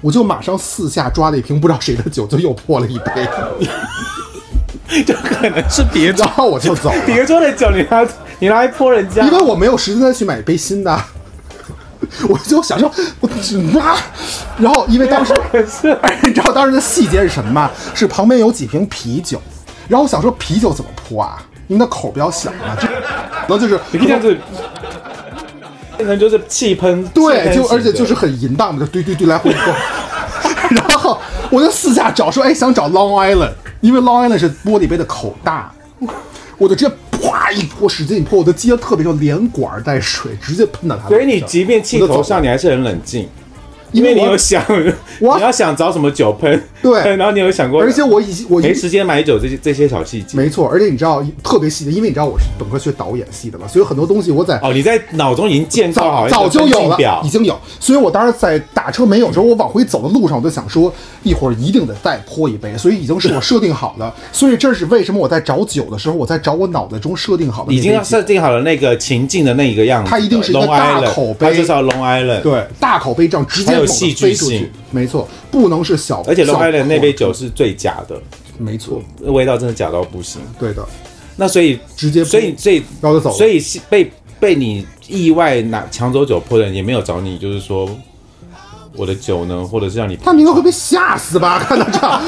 [SPEAKER 4] 我就马上四下抓了一瓶不知道谁的酒，就又泼了一
[SPEAKER 3] [laughs]
[SPEAKER 4] 杯，
[SPEAKER 3] 就可能是别
[SPEAKER 4] [laughs] 然后我就走了，
[SPEAKER 3] 别桌的酒，你拿你拿来泼人家
[SPEAKER 4] 因为我没有时间再去买一杯新的。 [laughs] 我就想说，我啊，然后因为当时，
[SPEAKER 3] [laughs]
[SPEAKER 4] 你知道当时的细节是什么吗？是旁边有几瓶啤酒，然后我想说啤酒怎么泼啊？你的口比较小啊，就然后就是
[SPEAKER 3] 你看这样子，变成就是气喷，气
[SPEAKER 4] 对，
[SPEAKER 3] 喷
[SPEAKER 4] 就
[SPEAKER 3] 型
[SPEAKER 4] 而且
[SPEAKER 3] 的
[SPEAKER 4] 就是很淫荡嘛，就堆堆堆来回蹦。 [laughs] 然后我就四下找，说哎想找 Long Island，因为 Long Island 是玻璃杯的口大，我就直接啪一泼，使劲一泼，我的鸡就特别就连管带水直接喷到他的
[SPEAKER 3] 所以
[SPEAKER 4] 脸上。
[SPEAKER 3] 你即便气
[SPEAKER 4] 我就
[SPEAKER 3] 头
[SPEAKER 4] 走
[SPEAKER 3] 上，
[SPEAKER 4] 了
[SPEAKER 3] 你还是很冷静，
[SPEAKER 4] 因为
[SPEAKER 3] 你
[SPEAKER 4] 我
[SPEAKER 3] 有想，你
[SPEAKER 4] 我
[SPEAKER 3] 要想找什么酒喷，
[SPEAKER 4] 对
[SPEAKER 3] [laughs] 然后你有想过，
[SPEAKER 4] 而且我已经我已
[SPEAKER 3] 没
[SPEAKER 4] 经
[SPEAKER 3] 时间买酒这些这些小细节。
[SPEAKER 4] 没错，而且你知道特别细的，因为你知道我是本科学导演系的嘛，所以很多东西我在
[SPEAKER 3] 哦，你在脑中已经建构好
[SPEAKER 4] 早
[SPEAKER 3] 一个
[SPEAKER 4] 早就
[SPEAKER 3] 分
[SPEAKER 4] 有
[SPEAKER 3] 镜
[SPEAKER 4] 了
[SPEAKER 3] 表，
[SPEAKER 4] 已，经有。所以我当时在打车没有的时候，我往回走的路上，我就想说，一会儿一定得再泼一杯，所以已经是我设定好的。所以这是为什么我在找酒的时候，我在找我脑袋中设定好的那
[SPEAKER 3] 已
[SPEAKER 4] 杯酒，
[SPEAKER 3] 经要设定好了那个情境的那一个样子的。
[SPEAKER 4] 它一定是一个
[SPEAKER 3] Long
[SPEAKER 4] 大
[SPEAKER 3] Island，
[SPEAKER 4] 口碑
[SPEAKER 3] 它就是要 Long Island。，
[SPEAKER 4] 对大口杯这样直接
[SPEAKER 3] 还有
[SPEAKER 4] 猛地
[SPEAKER 3] 戏剧
[SPEAKER 4] 飞出去
[SPEAKER 3] 性，
[SPEAKER 4] 没错，不能是小。
[SPEAKER 3] 而且 Long
[SPEAKER 4] 小
[SPEAKER 3] Island 那杯酒是最假的，
[SPEAKER 4] 没错，
[SPEAKER 3] 味道真的假到不行。
[SPEAKER 4] 对的。
[SPEAKER 3] 那所以
[SPEAKER 4] 直接
[SPEAKER 3] 所以所以
[SPEAKER 4] 然后就走了
[SPEAKER 3] 所以是被被你意外拿抢走酒泼的人也没有找你，就是说我的酒呢，或者是让你
[SPEAKER 4] 他们应该会被吓死吧？看到这样，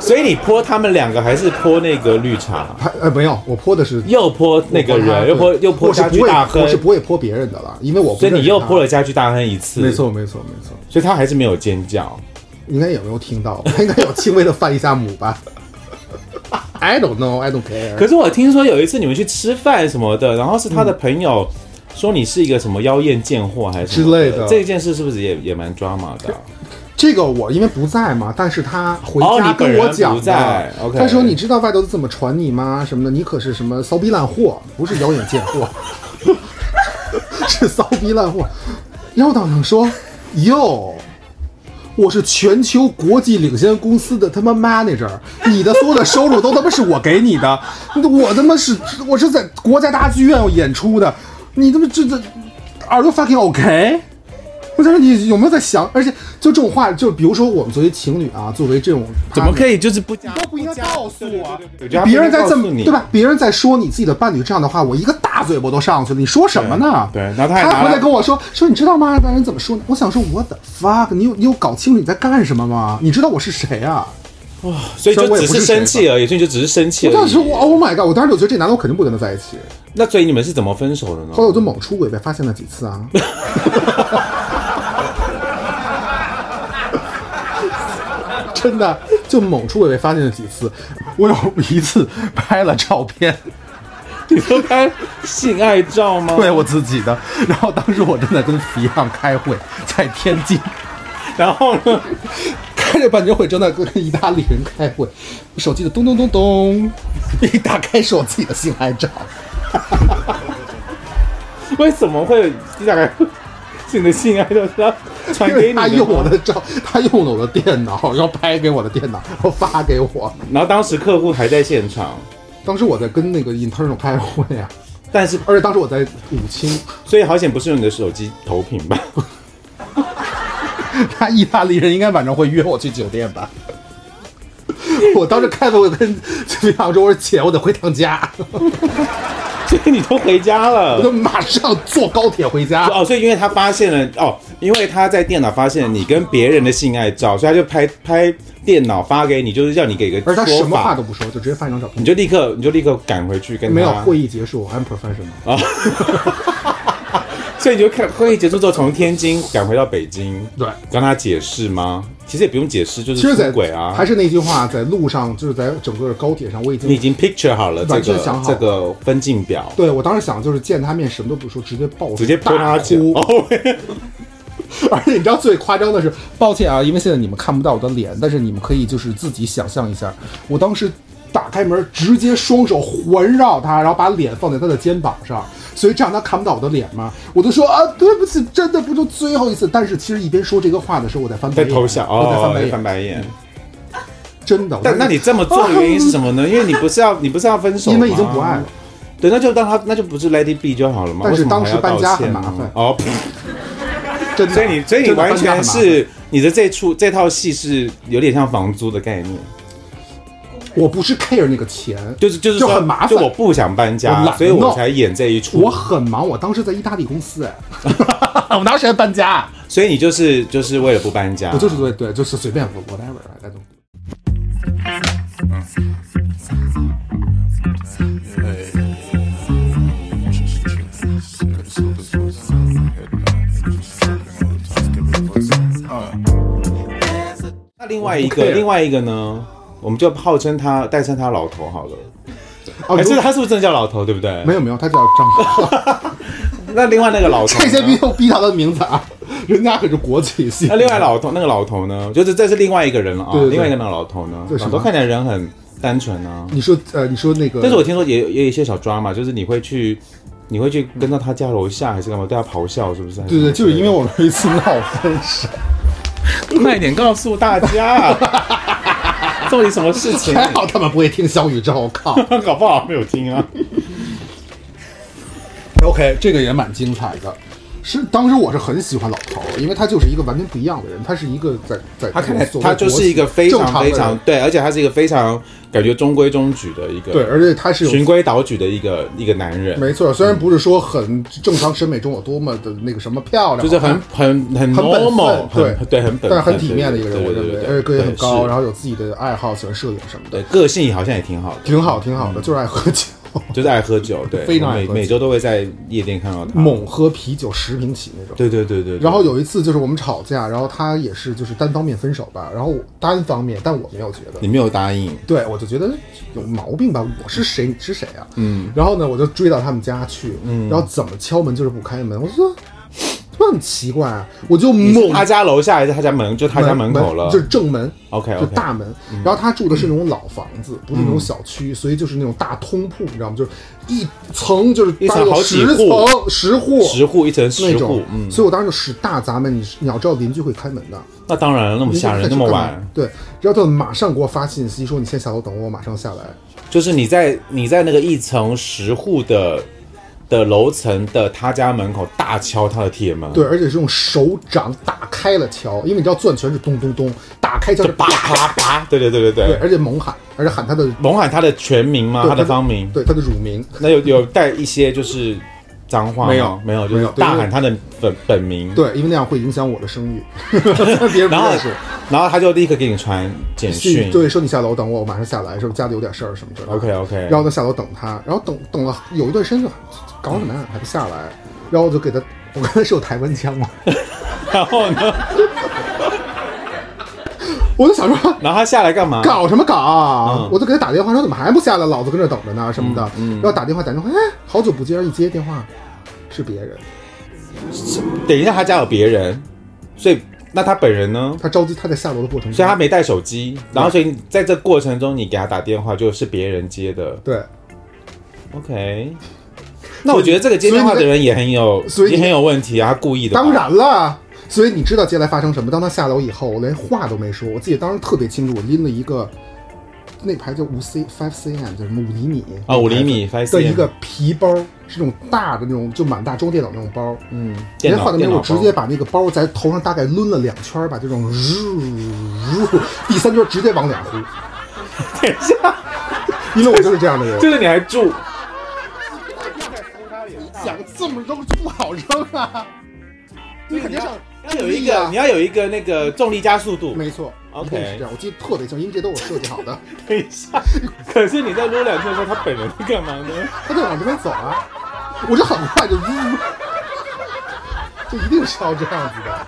[SPEAKER 3] 所以你泼他们两个，还是泼那个绿茶？
[SPEAKER 4] 还呃没有，我泼的是
[SPEAKER 3] 又泼那个人，又泼又泼
[SPEAKER 4] 我是
[SPEAKER 3] 家
[SPEAKER 4] 不
[SPEAKER 3] 具
[SPEAKER 4] 会
[SPEAKER 3] 大亨
[SPEAKER 4] 我，是不会泼别人的了，因为我不
[SPEAKER 3] 所以你
[SPEAKER 4] 认识
[SPEAKER 3] 又
[SPEAKER 4] 他
[SPEAKER 3] 泼了，家具大亨一次，
[SPEAKER 4] 没，错没错没错，
[SPEAKER 3] 所以他还是没有尖叫。
[SPEAKER 4] 应该也没有听到， [laughs] 他应该有轻微的犯一下母吧 [laughs] ？I don't know, I don't care。
[SPEAKER 3] 可是我听说有一次你们去吃饭什么的，然后是他的朋友说你是一个什么妖艳贱货还是什么
[SPEAKER 4] 之类的
[SPEAKER 3] 这件事是不是也也蛮抓马的啊、
[SPEAKER 4] 这个我因为不在嘛，但是他回
[SPEAKER 3] 哦
[SPEAKER 4] 家
[SPEAKER 3] 你本
[SPEAKER 4] 跟
[SPEAKER 3] 人
[SPEAKER 4] 我讲
[SPEAKER 3] 不
[SPEAKER 4] 的。
[SPEAKER 3] 在，OK
[SPEAKER 4] 他说你知道外头怎么传你吗？什么的，你可是什么骚逼烂货，不是妖眼贱货， [laughs] 是骚逼烂货。然后我当场说， [laughs] 哟。我是全球国际领先公司的他妈 manager，你 [laughs] 的所有的收入都他妈是我给你的，我他妈是我是在国家大剧院演出的，你他妈这这，Are you fucking OK？我想说你有没有在想？而且就这种话，就比如说我们作为情侣啊，作为这种
[SPEAKER 3] 怎么
[SPEAKER 4] 以
[SPEAKER 3] 可以就是不加
[SPEAKER 4] 都不应该告诉我？
[SPEAKER 3] 我觉得他
[SPEAKER 4] 别人在这
[SPEAKER 3] 不
[SPEAKER 4] 么
[SPEAKER 3] 应该告诉你
[SPEAKER 4] 对吧？别人在说你自己的伴侣这样的话，我一个大嘴巴都上去了，你说什么呢？
[SPEAKER 3] 对对然后他
[SPEAKER 4] 他
[SPEAKER 3] 还拿
[SPEAKER 4] 回
[SPEAKER 3] 来
[SPEAKER 4] 来跟我说说，你知道吗？那人怎么说呢？我想说我的 fuck，你有你有搞清楚你在干什么吗？你知道我是谁啊？
[SPEAKER 3] 所以就
[SPEAKER 4] 虽然我
[SPEAKER 3] 只
[SPEAKER 4] 也不
[SPEAKER 3] 是
[SPEAKER 4] 是谁
[SPEAKER 3] 生气而已，所以就只是生气
[SPEAKER 4] 我
[SPEAKER 3] 而
[SPEAKER 4] 当时
[SPEAKER 3] 已。
[SPEAKER 4] 我 oh my god，我当时就觉得这男的我肯定不跟他在一起。
[SPEAKER 3] 那所以你们是怎么分手的呢
[SPEAKER 4] 后？来我就猛出轨被发现了几次啊。 [laughs] 真的就猛出轨被发现了几次，我有一次拍了照片，
[SPEAKER 3] [laughs] 你说拍性爱照吗？
[SPEAKER 4] [laughs] 对我自己的，然后当时我正在跟 Fion 开会，在天津， [laughs]
[SPEAKER 3] 然后呢？
[SPEAKER 4] 开着半截会，正在跟意大利人开会，手机就咚咚咚咚，一打开是我自己的性爱照，
[SPEAKER 3] 为什么会你大概 [laughs] 是你的性爱照是要传
[SPEAKER 4] 因
[SPEAKER 3] 给
[SPEAKER 4] 为
[SPEAKER 3] 你的
[SPEAKER 4] 他用我
[SPEAKER 3] 吗？
[SPEAKER 4] 的照，他用了我的电脑，然后拍给我的电脑，然后发给我。
[SPEAKER 3] 然后当时客户还在现场，
[SPEAKER 4] 当时我在跟那个 internal 开会啊，
[SPEAKER 3] 但是
[SPEAKER 4] 而且当时我在武清，
[SPEAKER 3] 所以好险不是用你的手机投屏吧？ [laughs]
[SPEAKER 4] 他意大利人应该晚上会约我去酒店吧。 [laughs] 我当时开会，我跟 [laughs] 崔阳说：“我说姐，我得回趟家，
[SPEAKER 3] 所以你都回家
[SPEAKER 4] 我
[SPEAKER 3] 了
[SPEAKER 4] 就。 [laughs] 马上坐高铁回家。”
[SPEAKER 3] [laughs] 哦，所以因为他发现了哦，因为他在电脑发现你跟别人的性爱照，所以他就拍拍电脑发给你，就是要你给个
[SPEAKER 4] 而他
[SPEAKER 3] 说
[SPEAKER 4] 什么话
[SPEAKER 3] 法
[SPEAKER 4] 都，不说，就直接发一张照片
[SPEAKER 3] 你。就立刻你就立刻赶回去跟他
[SPEAKER 4] 没有会议结束，I'm professional。
[SPEAKER 3] 啊 [laughs] 所以你就看会议结束之后，从天津赶回到北京，
[SPEAKER 4] 对
[SPEAKER 3] 跟他解释吗？其实也不用解释，就
[SPEAKER 4] 其
[SPEAKER 3] 是
[SPEAKER 4] 实在
[SPEAKER 3] 出轨啊，
[SPEAKER 4] 还是那句话，在路上就是在整个高铁上，我已
[SPEAKER 3] 你已
[SPEAKER 4] 经
[SPEAKER 3] 经 picture 好了这
[SPEAKER 4] 完全
[SPEAKER 3] 个
[SPEAKER 4] 想
[SPEAKER 3] 这
[SPEAKER 4] 好了
[SPEAKER 3] 个分镜表，
[SPEAKER 4] 对我当时想就是见他面什么都不说，直接抱
[SPEAKER 3] 直接
[SPEAKER 4] 大
[SPEAKER 3] 泼他酒
[SPEAKER 4] 哭。
[SPEAKER 3] 哦，
[SPEAKER 4] [laughs] 而且你知道最夸张的是，抱歉啊，因为现在你们看不到我的脸，但是你们可以就是自己想象一下，我当时打开门，直接双手环绕他，然后把脸放在他的肩膀上，所以这样他看不到我的脸嘛。我就说啊，对不起，真的不就最后一次。但是其实一边说这个话的时候，我在翻白
[SPEAKER 3] 在
[SPEAKER 4] 眼，
[SPEAKER 3] 偷笑
[SPEAKER 4] 我在
[SPEAKER 3] 哦
[SPEAKER 4] 翻，
[SPEAKER 3] 在
[SPEAKER 4] 白眼，
[SPEAKER 3] 翻白眼。
[SPEAKER 4] 真的。我
[SPEAKER 3] 但
[SPEAKER 4] 当
[SPEAKER 3] 那
[SPEAKER 4] 时
[SPEAKER 3] 你这么做的原因是什
[SPEAKER 4] [laughs]
[SPEAKER 3] 么呢？因为你不是要你不是要分手吗，
[SPEAKER 4] 因为已经不爱了。
[SPEAKER 3] 对，那就当他那就不是 Lady B 就好了嘛。
[SPEAKER 4] 但是
[SPEAKER 3] 为什么
[SPEAKER 4] 当
[SPEAKER 3] 还
[SPEAKER 4] 时
[SPEAKER 3] 要
[SPEAKER 4] 搬家
[SPEAKER 3] 道歉
[SPEAKER 4] 很麻
[SPEAKER 3] 呢
[SPEAKER 4] 烦
[SPEAKER 3] 哦， [laughs]
[SPEAKER 4] 真的，
[SPEAKER 3] 所以
[SPEAKER 4] [laughs]
[SPEAKER 3] 你所以你
[SPEAKER 4] 真的
[SPEAKER 3] 完
[SPEAKER 4] 搬家很
[SPEAKER 3] 全
[SPEAKER 4] 麻
[SPEAKER 3] 是你的这出这套戏是有点像房租的概念，
[SPEAKER 4] 烦我不是 care 那个钱，
[SPEAKER 3] 就是就是
[SPEAKER 4] 就
[SPEAKER 3] 说
[SPEAKER 4] 很麻
[SPEAKER 3] 就
[SPEAKER 4] 烦
[SPEAKER 3] 我不想搬
[SPEAKER 4] 我
[SPEAKER 3] 家
[SPEAKER 4] 懒，得
[SPEAKER 3] 所以我
[SPEAKER 4] 弄
[SPEAKER 3] 才演这一出。
[SPEAKER 4] 我很忙，我当时在意大利公司哎， [laughs] 我哪有时间搬家？
[SPEAKER 3] 所以你就是就是为了不搬家，
[SPEAKER 4] 我就是对对，就是随便 whatever I don't。
[SPEAKER 3] 那另外一
[SPEAKER 4] 我
[SPEAKER 3] 个
[SPEAKER 4] 不 care
[SPEAKER 3] 另外一个呢，我们就号称他代称他老头好了。
[SPEAKER 4] 哦，
[SPEAKER 3] 还
[SPEAKER 4] 如
[SPEAKER 3] 是他是不是真的叫老头，对不对？
[SPEAKER 4] 没有没有，他叫张涛，
[SPEAKER 3] 那另外那个老头呢，
[SPEAKER 4] [laughs] 这些逼都逼他的名字啊，人家可是国企系。
[SPEAKER 3] 那另外老头那个老头呢，就是这是另外一个人了啊，
[SPEAKER 4] 对对对
[SPEAKER 3] 另外一个那个老头呢，
[SPEAKER 4] 这是
[SPEAKER 3] 老
[SPEAKER 4] 什么
[SPEAKER 3] 头看起来人很单纯啊，
[SPEAKER 4] 你说呃，你说那个，
[SPEAKER 3] 但是我听说也有也有一些小抓嘛，就是你会去，你会去跟到他家楼下还是干嘛，对他咆哮是不是？
[SPEAKER 4] 对对，就是因为
[SPEAKER 3] 我
[SPEAKER 4] 我们一次闹分手，
[SPEAKER 3] 快点告诉大家，啊
[SPEAKER 4] [laughs]
[SPEAKER 3] 到底什么事情？
[SPEAKER 4] 还好他们不会听小宇宙，我 [laughs] 靠。
[SPEAKER 3] 搞不好没有听啊。
[SPEAKER 4] OK，这个也蛮精彩的。是当时我是很喜欢老头，因为他就是一个完全不一样的人，他是一个在在
[SPEAKER 3] 他看起来
[SPEAKER 4] 这种所谓
[SPEAKER 3] 他就是一个非
[SPEAKER 4] 正
[SPEAKER 3] 常
[SPEAKER 4] 常的
[SPEAKER 3] 非
[SPEAKER 4] 人
[SPEAKER 3] 常对，而且他是一个非常感觉中规中矩的一个
[SPEAKER 4] 对，而且他是有
[SPEAKER 3] 循规蹈矩的一个一个男人，
[SPEAKER 4] 没错，虽然不是说很正常审美中有多么的那个什么漂亮，
[SPEAKER 3] 就是很很很
[SPEAKER 4] 很本
[SPEAKER 3] normal，
[SPEAKER 4] 分，对
[SPEAKER 3] 很对很本分，
[SPEAKER 4] 但是很体面的一个人，
[SPEAKER 3] 对
[SPEAKER 4] 我
[SPEAKER 3] 对
[SPEAKER 4] 认
[SPEAKER 3] 对
[SPEAKER 4] 为，
[SPEAKER 3] 对，
[SPEAKER 4] 而且个
[SPEAKER 3] 对
[SPEAKER 4] 也很高，
[SPEAKER 3] 是
[SPEAKER 4] 然后有自己的爱好，喜欢摄影什么的，
[SPEAKER 3] 对嗯个性好像也挺好的，
[SPEAKER 4] 挺好，挺好的，就是爱喝
[SPEAKER 3] [laughs]
[SPEAKER 4] 酒，
[SPEAKER 3] 就是爱喝酒，对，
[SPEAKER 4] 非常
[SPEAKER 3] 我
[SPEAKER 4] 爱
[SPEAKER 3] 每
[SPEAKER 4] 喝
[SPEAKER 3] 每
[SPEAKER 4] 酒
[SPEAKER 3] 周都会在夜店看到他，
[SPEAKER 4] 猛喝啤酒十瓶起那种。
[SPEAKER 3] 对对对对，对
[SPEAKER 4] 然后有一次就是我们吵架，然后他也是就是单方面分手吧，然后我单方面，但我没有觉得
[SPEAKER 3] 你，没有答应，
[SPEAKER 4] 对，我就觉得有毛病吧，我是谁，你是谁啊？嗯，然后呢，我就追到他们家去，嗯，然后怎么敲门就是不开门，我就说 [sniffs] 这很奇怪啊，我就猛
[SPEAKER 3] 他家楼下还是他家门，就他家门口了，
[SPEAKER 4] 就是正门
[SPEAKER 3] OK，OK 嗯
[SPEAKER 4] 就大门。然后他住的是那种老房子，不是那种小区，所以就是那种大通铺，你知道吗？就是一层就是
[SPEAKER 3] 一层
[SPEAKER 4] 大概有
[SPEAKER 3] 好几
[SPEAKER 4] 十
[SPEAKER 3] 户
[SPEAKER 4] 层十户
[SPEAKER 3] 十户一层十
[SPEAKER 4] 那
[SPEAKER 3] 户
[SPEAKER 4] 种，，
[SPEAKER 3] 嗯，
[SPEAKER 4] 所以我当时就使大砸门，你你要知道邻居会开门的，
[SPEAKER 3] 那当然了，那么吓人，
[SPEAKER 4] 邻居
[SPEAKER 3] 那
[SPEAKER 4] 会
[SPEAKER 3] 么
[SPEAKER 4] 开门
[SPEAKER 3] 晚，
[SPEAKER 4] 对，然后他马上给我发信息说你先下楼等我，我马上下来。
[SPEAKER 3] 就是你在你在那个一层十户的的楼层的他家门口大敲他的铁门，
[SPEAKER 4] 对，，而且是用手掌打开了敲，因为你知道攥拳是咚咚咚，打开敲
[SPEAKER 3] 就是叭
[SPEAKER 4] 啪，
[SPEAKER 3] 叭
[SPEAKER 4] [laughs]
[SPEAKER 3] 叭，对对对对
[SPEAKER 4] 对，
[SPEAKER 3] 对，
[SPEAKER 4] 而且猛喊，而且喊他的
[SPEAKER 3] 猛喊他的全名吗？
[SPEAKER 4] 对
[SPEAKER 3] 他的芳名？
[SPEAKER 4] 对他的乳名。
[SPEAKER 3] 那有有带一些就是脏话吗
[SPEAKER 4] 没有
[SPEAKER 3] 没有，就
[SPEAKER 4] 没
[SPEAKER 3] 是
[SPEAKER 4] 有
[SPEAKER 3] 大喊他的本本名，
[SPEAKER 4] 对，因为那样会影响我的声誉， [laughs] 别人不
[SPEAKER 3] 然后
[SPEAKER 4] 认识。
[SPEAKER 3] 然后他就立刻给你传简
[SPEAKER 4] 去
[SPEAKER 3] 讯，
[SPEAKER 4] 对，说你下楼等我，我马上下来，说家里有点事儿什么之类的。
[SPEAKER 3] OK，OK
[SPEAKER 4] 然后就下楼等他，然后等等了有一段时间就搞什么呀，还不下来，然后我就给他，我刚才是有台湾腔吗？
[SPEAKER 3] [laughs] 然后呢，
[SPEAKER 4] 我就想说。
[SPEAKER 3] 然后他下来干嘛？
[SPEAKER 4] 搞什么搞啊？
[SPEAKER 3] 嗯
[SPEAKER 4] 我就给他打电话说怎么还不下来，老子跟这儿等着呢什么的。然后打电话打电话，哎，好久不接，然后一接电话是别人，
[SPEAKER 3] 等一下他家有别人，所以那他本人呢？
[SPEAKER 4] 他着急，他在下楼的过程中，
[SPEAKER 3] 所以他没带手机，然后所以你在这过程中你给他打电话就是别人接的
[SPEAKER 4] 对，
[SPEAKER 3] ，OK。那我觉得这个接电话的人也很有，
[SPEAKER 4] 所以你
[SPEAKER 3] 也很有问题啊，他故意的。
[SPEAKER 4] 当，然了，所以你知道接下来发生什么？当他下楼以后，我连话都没说。我记得当时特别清楚，我拎了一个那牌叫五 C Five CM，叫什么五厘米
[SPEAKER 3] 啊5厘米
[SPEAKER 4] 那牌
[SPEAKER 3] 5cm
[SPEAKER 4] 子的一个皮包，是那种大的那种，就满大装电脑那种包。嗯，
[SPEAKER 3] 电
[SPEAKER 4] 连
[SPEAKER 3] 脑
[SPEAKER 4] 话都没
[SPEAKER 3] 电
[SPEAKER 4] 有，
[SPEAKER 3] 脑
[SPEAKER 4] 我
[SPEAKER 3] 包
[SPEAKER 4] 直接把那个包在头上大概抡了两圈吧，就这种日日，第三圈直接往脸呼。
[SPEAKER 3] 等一下，
[SPEAKER 4] 因为我就是这样的人，
[SPEAKER 3] 这个你还住？
[SPEAKER 4] 想这么扔不好扔啊，你肯定想
[SPEAKER 3] 要有一
[SPEAKER 4] 故意啊
[SPEAKER 3] 个，你要有一个那个重力加速度。
[SPEAKER 4] 没错
[SPEAKER 3] OK
[SPEAKER 4] 一定是这样。我记得特别清，因为这都是我设计好的。
[SPEAKER 3] 等一下，可是你在撸两圈的时候，他本人在干嘛呢？
[SPEAKER 4] 他就往这边走啊，我就很快就呜，就一定是要这样子的。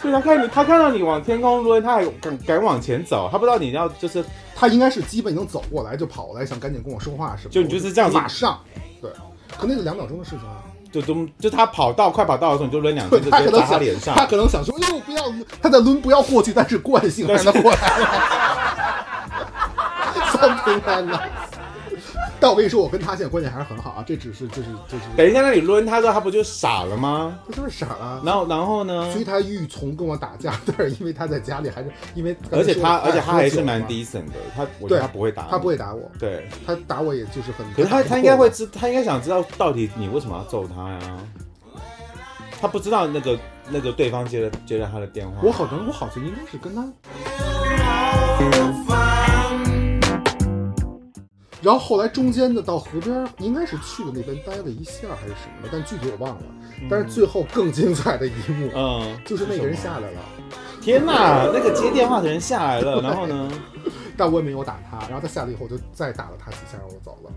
[SPEAKER 3] 所以他看你，他看到你往天空抡，他还敢敢往前走，他不知道你要就是
[SPEAKER 4] 他应该是基本已经走过来就跑过来，想赶紧跟我说话什么的。
[SPEAKER 3] 就你就是这样子
[SPEAKER 4] 马上，对，可能就两秒钟的事情啊。
[SPEAKER 3] 就就就他跑到快跑到的时候，你就抡两
[SPEAKER 4] 对
[SPEAKER 3] 圈，就
[SPEAKER 4] 他
[SPEAKER 3] 直
[SPEAKER 4] 可
[SPEAKER 3] 接
[SPEAKER 4] 能
[SPEAKER 3] 砸 [laughs] 他
[SPEAKER 4] 想
[SPEAKER 3] 脸，上。
[SPEAKER 4] 他可能想说，哎哟，不要，他在抡不要过去，但是惯性让他过来了， [laughs] 三平安了。但我跟你说，我跟他现在关系还是很好啊，这只是，这是，这是，
[SPEAKER 3] 等一下，那你抡他之后，他不就傻了吗？
[SPEAKER 4] 这就是傻啊了、
[SPEAKER 3] 然后，然后呢
[SPEAKER 4] 所？以他欲从跟我打架，但是因为他在家里还是 [laughs] 因为刚
[SPEAKER 3] 而
[SPEAKER 4] 才说我爱喝
[SPEAKER 3] 且他，而
[SPEAKER 4] 酒嘛，
[SPEAKER 3] 且他还是蛮 decent 的，他我觉
[SPEAKER 4] 对，
[SPEAKER 3] 得他不会打，
[SPEAKER 4] 他不会，打我，
[SPEAKER 3] 对。
[SPEAKER 4] 他打我也就是很，
[SPEAKER 3] 可是他他应该会知，他应该想知道到底你为什么要揍他呀？他不知道那个那个对方接了接了他的电话，
[SPEAKER 4] 我好像我好像应该是跟他。然后后来中间的到河边，应该是去了那边待了一下还是什么的，但具体我忘了。但是最后更精彩的一幕，
[SPEAKER 3] 嗯，
[SPEAKER 4] 就是那个人下来了，
[SPEAKER 3] 天哪，那个接电话的人下来了，然后呢？
[SPEAKER 4] 但我也没有打他。然后他下来以后，我就再打了他几下，然后我走了。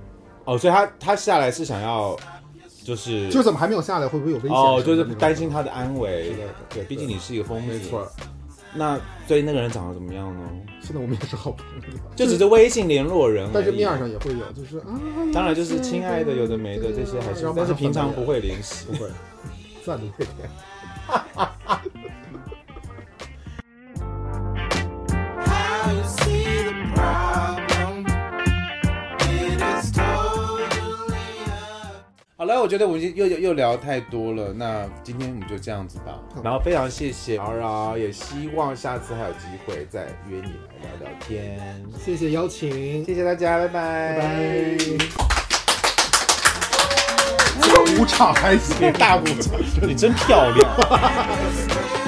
[SPEAKER 3] 哦，所以他他下来是想要就是
[SPEAKER 4] 就是怎么还没有下来，会不会有危险？
[SPEAKER 3] 哦，就是担
[SPEAKER 4] 心。
[SPEAKER 3] 心他的安危
[SPEAKER 4] 的，
[SPEAKER 3] 对，毕竟你是一个疯子，
[SPEAKER 4] 没错，，
[SPEAKER 3] 那所以那个人长得怎么样呢？
[SPEAKER 4] 现在我们也是好朋友，
[SPEAKER 3] 就只是微信联络人而已，
[SPEAKER 4] 但是面儿上也会有，就是啊，
[SPEAKER 3] 当然就是亲爱的，有的没的这些还是
[SPEAKER 4] 然后，马
[SPEAKER 3] 但是
[SPEAKER 4] 上
[SPEAKER 3] 平常
[SPEAKER 4] 翻白
[SPEAKER 3] 不
[SPEAKER 4] 眼
[SPEAKER 3] 会联系
[SPEAKER 4] 不。会， [laughs] 赞的这点。
[SPEAKER 5] How you see the problem? It is totally up.
[SPEAKER 3] 好了，我觉得我们又又又聊太多了，那今天我们就这样子吧。然后非常谢谢 R R，也希望下次还有机会再约你来聊聊天。
[SPEAKER 4] 谢谢邀请，
[SPEAKER 3] 谢谢大家，拜拜。
[SPEAKER 4] 拜拜。
[SPEAKER 6] 鼓掌还行。
[SPEAKER 4] 大鼓掌，
[SPEAKER 5] 你真漂亮。